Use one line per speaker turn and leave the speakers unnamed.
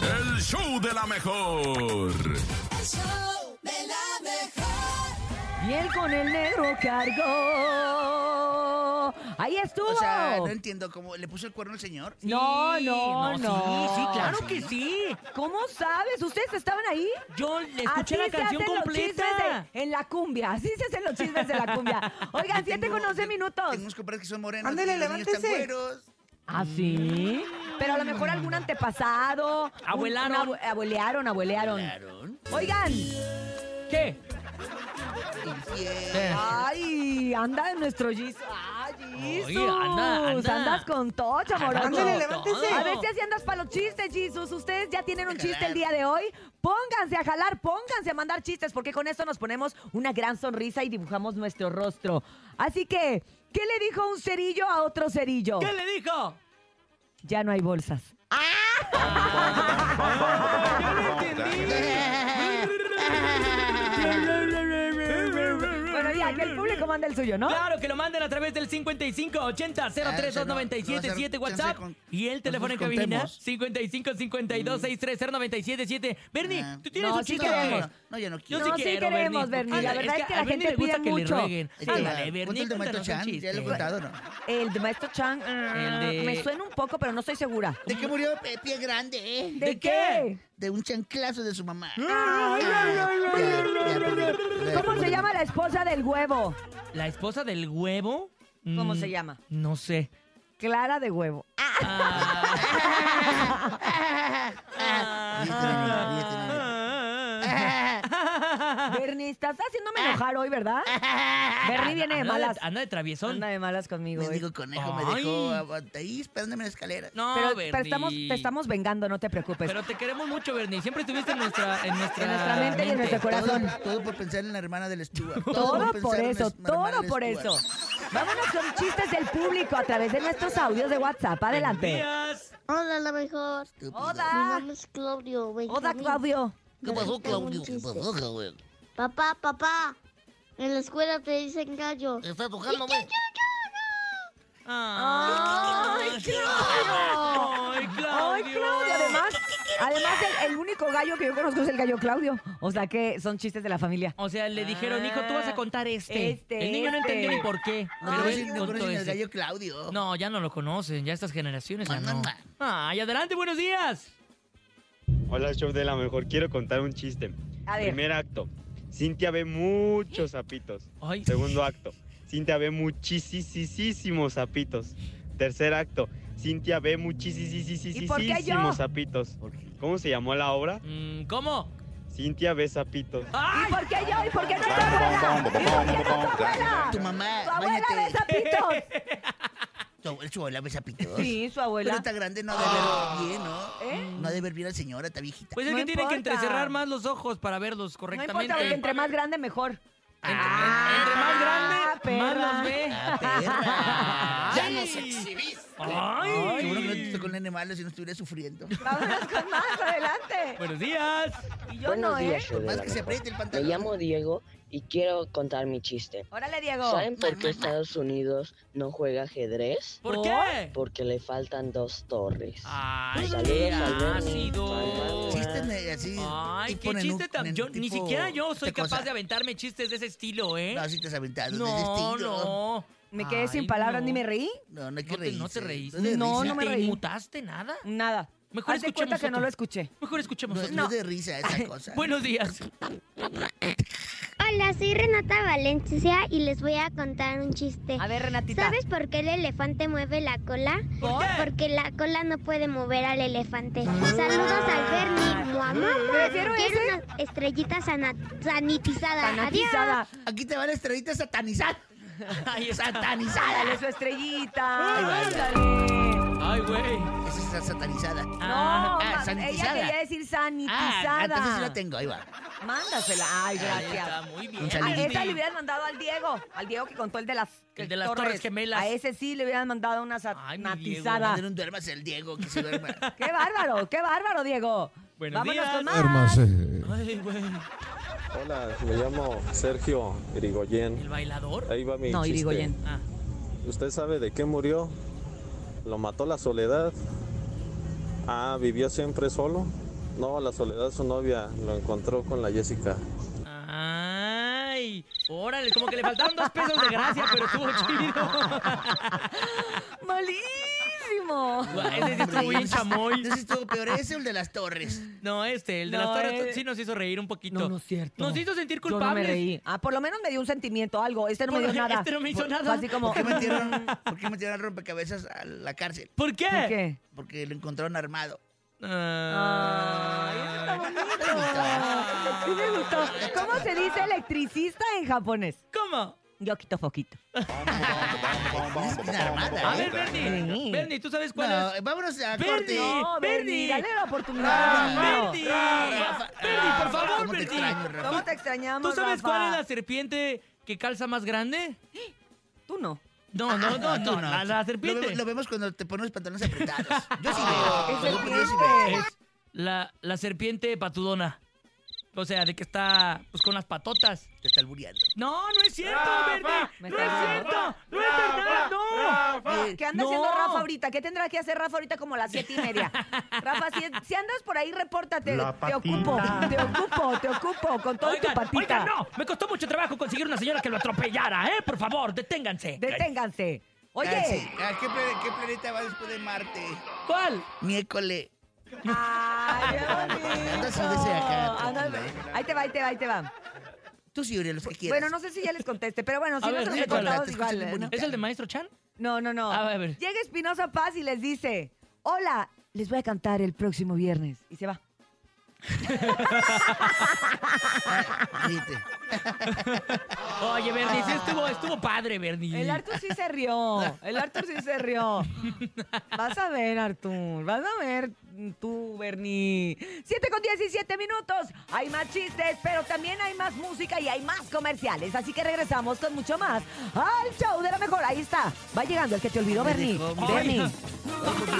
el show de la mejor.
El show de la mejor.
Y él con el negro cargó. Ahí estuvo.
O sea, no entiendo cómo. ¿Le puso el cuerno al señor?
No, no, no.
Oh, Sí, sí, claro que sí.
¿Cómo sabes? ¿Ustedes estaban ahí?
Yo le
Así
escuché la
se
canción
hacen los
completa.
chismes de- en la cumbia. Así se hacen los chismes de la cumbia. Oigan, 7 con 11 minutos.
Tenemos que que son morenos.
Ándale,
y los niños están
levántese.
güeros.
¿Ah, sí? Pero a lo mejor algún antepasado. un-
Abuelaron.
un abue- abuelearon, abuelearon.
Claro.
Oigan.
¿Qué?
Infiel.
¿Qué?
Ay, anda en nuestro Gis. Ay, Jesus.
anda, anda.
Andas con tocha,
Anda
morocho.
con
Ándale, levántese.
todo.
A ver si así andas para los chistes, Jesus. Ustedes ya tienen un
A
chiste
jalar.
el día de hoy. Pónganse a jalar, pónganse a mandar chistes, porque con esto nos ponemos una gran sonrisa y dibujamos nuestro rostro. Así que, ¿qué le dijo un cerillo a otro cerillo?
¿Qué le dijo?
Ya no hay bolsas. Bueno, ya, que el público manda el suyo, ¿no?
Claro, que lo manden a través del 5580-032977
Ah, chance
WhatsApp
con-
y el teléfono en
nosotros
cabina
contemos. Mm.
5552-630-977. Bernie,
Ah.
¿tú tienes
No,
un
sí
chiste?
queremos.
No, ya no
Yo
quiero.
sí
No, sí
quiero,
queremos,
Bernie.
Bernie. La
Ándale,
verdad es que la
a Bernie
gente
le gusta
pide
que
mucho.
Le rueguen.
Este,
Ándale,
cuenta
Bernie,
el de Maestro
cuéntanos un
Chan, ya lo he
chiste.
contado, ¿no?
El de Maestro Chang
El de-
me suena un poco, pero no estoy segura.
¿De qué murió Pe- Pie Grande? eh?
¿De,
¿De
qué?
qué?
De un chanclazo de su mamá.
¿Cómo se llama la esposa del huevo?
¿La esposa del huevo?
¿Cómo
Mm,
se llama?
No sé.
Clara de huevo. Ah. Bernie, estás haciéndome enojar hoy, ¿verdad? Bernie viene de
Ah, Anda
malas.
Anda de traviesón.
Anda de malas conmigo.
Me
hoy.
digo, conejo, me
Ay.
dejó aguanta ahí esperándome en la escalera.
No,
Pero,
Bernie.
pero estamos, te estamos vengando, no te preocupes.
Pero te queremos mucho, Bernie. Siempre estuviste en nuestra, en nuestra,
Pues, En nuestra mente y en nuestro corazón.
Todo, todo por pensar en la hermana del Stuart.
Todo por
pensar en la
eso,
hermana
todo
del
por eso.
Stuart.
Vámonos con chistes del público a través de nuestros audios de WhatsApp. Adelante.
Días.
Hola, la mejor.
Estúpido.
Mi
Hola.
nombre es Claudio.
Hola,
Benjamín.
Claudio.
¿Qué pasó,
Tengo un
Claudio? ¿Qué
chiste.
pasó, Claudio?
Papá, papá. En la escuela te dicen gallo.
Está tocándome.
¡Ay, Claudio!
Ay, Claudio.
¡Ay, Claudio! Además, además el, el único gallo que yo conozco es el gallo Claudio. O sea que son chistes de la familia.
O sea, le dijeron, hijo, tú vas a contar este.
Este,
el niño no
este.
entendió ni por qué.
No
pero
conoces-
él
no
contó
conoces ni al
ese.
gallo Claudio.
No, ya no lo conocen, ya estas generaciones ya
Mamá,
no.
mamá.
Ay, adelante, buenos días.
Hola, show de la mejor. Quiero contar un chiste.
A ver.
Primer acto. Cintia ve muchos sapitos.
Ay.
Segundo acto. Cintia ve muchísimos sapitos. Tercer acto. Cintia ve
¿Y por qué yo?
muchísimos sapitos. ¿Cómo se llamó la obra?
Mm, ¿Cómo?
Cintia ve sapitos.
¿Y por qué yo? ¿Y por qué no tu abuela? ¿Y por qué no tu abuela?
Tu mamá,
¡Tu abuela
báñate.
besa pitos!
Tu abuela- su abuela besa pitos.
Sí, su
Pero
abuela.
está grande, no ha de ver bien, ¿no?
¿Eh?
No ha de ver bien a la señora, está viejita.
Pues es
No
que tienen que
importa.
entrecerrar más los ojos para verlos
No
correctamente.
importa, porque entre más grande, mejor. Ah,
Entre más grande, más
perra.
los ve.
Ah, perra. Ya
Ay.
nos exhibiste.
Ay.
Seguro que no te tocó el nene malo si no estuviera sufriendo.
Vámonos con más, adelante.
Buenos días.
Y yo no, ¿eh?
show de
Más
la
que se
mejor.
apriete el
Me
pantalón.
llamo Diego y quiero contar mi chiste.
Órale, Diego.
¿Saben por qué Estados Unidos no juega ajedrez?
¿Por
¿Por?
qué?
Porque le faltan dos torres.
Ay,
Saludos
qué
al Bernie.
ácido.
Chistes de- así.
Ay,
tipo
qué
nenu-
chiste tan...
nen-
yo- ni
tipo
siquiera yo soy
esta
capaz
cosa.
de aventarme chistes de ese estilo, ¿eh?
No, si te has aventado. de ese
No,
estilo.
no.
Me quedé sin
Ay,
palabras,
no.
ni me reí.
No, no hay que
No te, no te reíste.
reírse. es de
No,
risa.
no me
¿Te
reí.
inmutaste nada?
Nada.
Mejor
Haz de cuenta
escuchemos
que no
otro.
lo escuché.
Mejor escuchemos
No,
otro.
no es de risa esa cosa.
Buenos días.
Hola, soy Renata Valencia y les voy a contar un chiste.
A ver, Renatita.
¿Sabes por qué el elefante mueve la cola?
¿Por qué?
Porque la cola no puede mover al elefante. Saludos al Bernie. Mua, mua, mua.
Prefiero
Quiero
ese.
una estrellita sana- sanitizada. Adiós.
Sanatizada.
Aquí te va la estrellita satanizada.
Ay, es-
Satanizada.
Dale su estrellita.
Ahí va, ahí va.
Ándale.
Ay, güey.
Esa es la satanizada.
No,
Ah,
ah,
mam- ella
sanitizada.
quería decir sanitizada.
Ah, entonces sí la tengo, ahí va.
Mándasela. Ay,
ahí Está
gracias. Ah,
muy bien.
Un
A
saludito.
esa le hubieras mandado al Diego, al Diego que contó el de las,
El de las Torres Gemelas.
A ese sí le hubieras mandado una
Ay, mi Diego,
sanatizada.
Manden un duermas el Diego, que se duerma.
Qué bárbaro, qué bárbaro, Diego.
Buenos
Vámonos
días.
con más.
Ay, güey.
Hola, me llamo Sergio
¿El
Grigoyen.
bailador?
Ahí va mi
No,
chiste.
Irigoyen.
Ah.
¿Usted sabe de qué murió? ¿Lo mató la soledad? Ah, ¿vivió siempre solo? No, la Soledad, su novia, lo encontró con la Jessica.
Ay, órale, como que le faltaron dos pesos de gracia, pero estuvo chido.
¡Malísimo!
Guau, Ese sí estuvo bien chamoy.
Entonces estuvo peor ese o el de las torres.
No, este, el de
No,
las torres
eh.
sí nos hizo reír un poquito.
No, no es cierto.
Nos hizo sentir
Yo no me
culpables.
reí. Ah, por lo menos me dio un sentimiento, algo. Este no me
Por-
dio nada.
este no me hizo
Fue-
nada.
fue Así como...
¿Por qué metieron, por qué metieron al rompecabezas a la cárcel?
¿Por qué?
¿Por qué?
Porque lo encontraron armado.
Ay, eso está
Ah.
bonito. Sí me gustó. ¿Cómo se dice electricista en japonés?
¿Cómo?
Yokito foquito.
Es una armada,
A
¿eh?
ver, Bernie.
Sí.
Bernie, ¿tú sabes cuál
No,
eh,
es?
vámonos a
Bernie.
corte.
No, Bernie.
Dale la oportunidad.
Bernie.
Rafa,
Bernie, por
Rafa,
favor,
¿cómo te extraño,
Bernie.
Rafa?
¿Cómo te extrañamos,
¿Tú sabes
Rafa?
cuál es la serpiente que calza más grande?
Tú no.
No, no, no,
Ah,
no, La, la
Ah, Lo,
serpiente. Ah.
vemos- lo vemos cuando te pones los pantalones apretados. Yo sí
Es
veo. Yo- yo sí
serpiente.
veo.
Es la, la serpiente patudona. O sea, de que está pues, con las patotas.
Te está albureando.
No, no es cierto,
Me
Bernie. No es
está-
cierto. No es verdad, no.
¿Qué anda
Eh, No.
haciendo Rafa ahorita? ¿Qué tendrá que hacer Rafa ahorita como a las siete y media? Rafa, si, si andas por ahí, repórtate. Te ocupo, te ocupo, te ocupo con toda tu
Oigan,
patita.
oigan, no. Me costó mucho trabajo conseguir una señora que lo atropellara, ¿eh? Por favor, deténganse.
Deténganse.
Ah, sí.
Oye.
Ah, ¿qué, pla- ¿Qué planeta va después de Marte?
¿Cuál?
Miércoles.
Ay, qué bonito.
Anda, súbese acá,
Ah, no,
tranquila, ¿eh?
Ahí te va, ahí te va, ahí te va.
Tú sí, Uriel, los que quieras.
Bueno, no sé si ya les conteste, pero bueno, si
A
no
ver,
se los he
dígalo.
contado
Te escucho
igual.
bien
¿no?
bonito.
¿Es el de Maestro Chan?
No, no, no.
A ver, a ver.
Llega Espinosa Paz y les dice, hola, les voy a cantar el próximo viernes. Y se va.
Ríete.
Oye, Bernie, sí estuvo, estuvo padre, Bernie.
El Arthur sí se rió. El Arthur sí se rió. Vas a ver, Arthur. Vas a ver tú, Bernie. 7 con 17 minutos. Hay más chistes, pero también hay más música y hay más comerciales. Así que regresamos con mucho más al show de la mejor. Ahí está. Va llegando el que te olvidó, Bernie.
dejó,
mira.
Bernie.
Ay,